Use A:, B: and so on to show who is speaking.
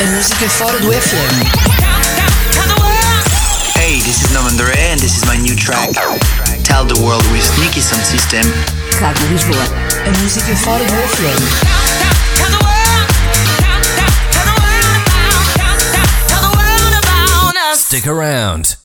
A: É música fora do FM.
B: Hey, this is Nomandore and this is my new track. Tell the world with Nicky Sound System.
C: Rádio Lisboa.
A: É música fora do FM.
D: Stick around.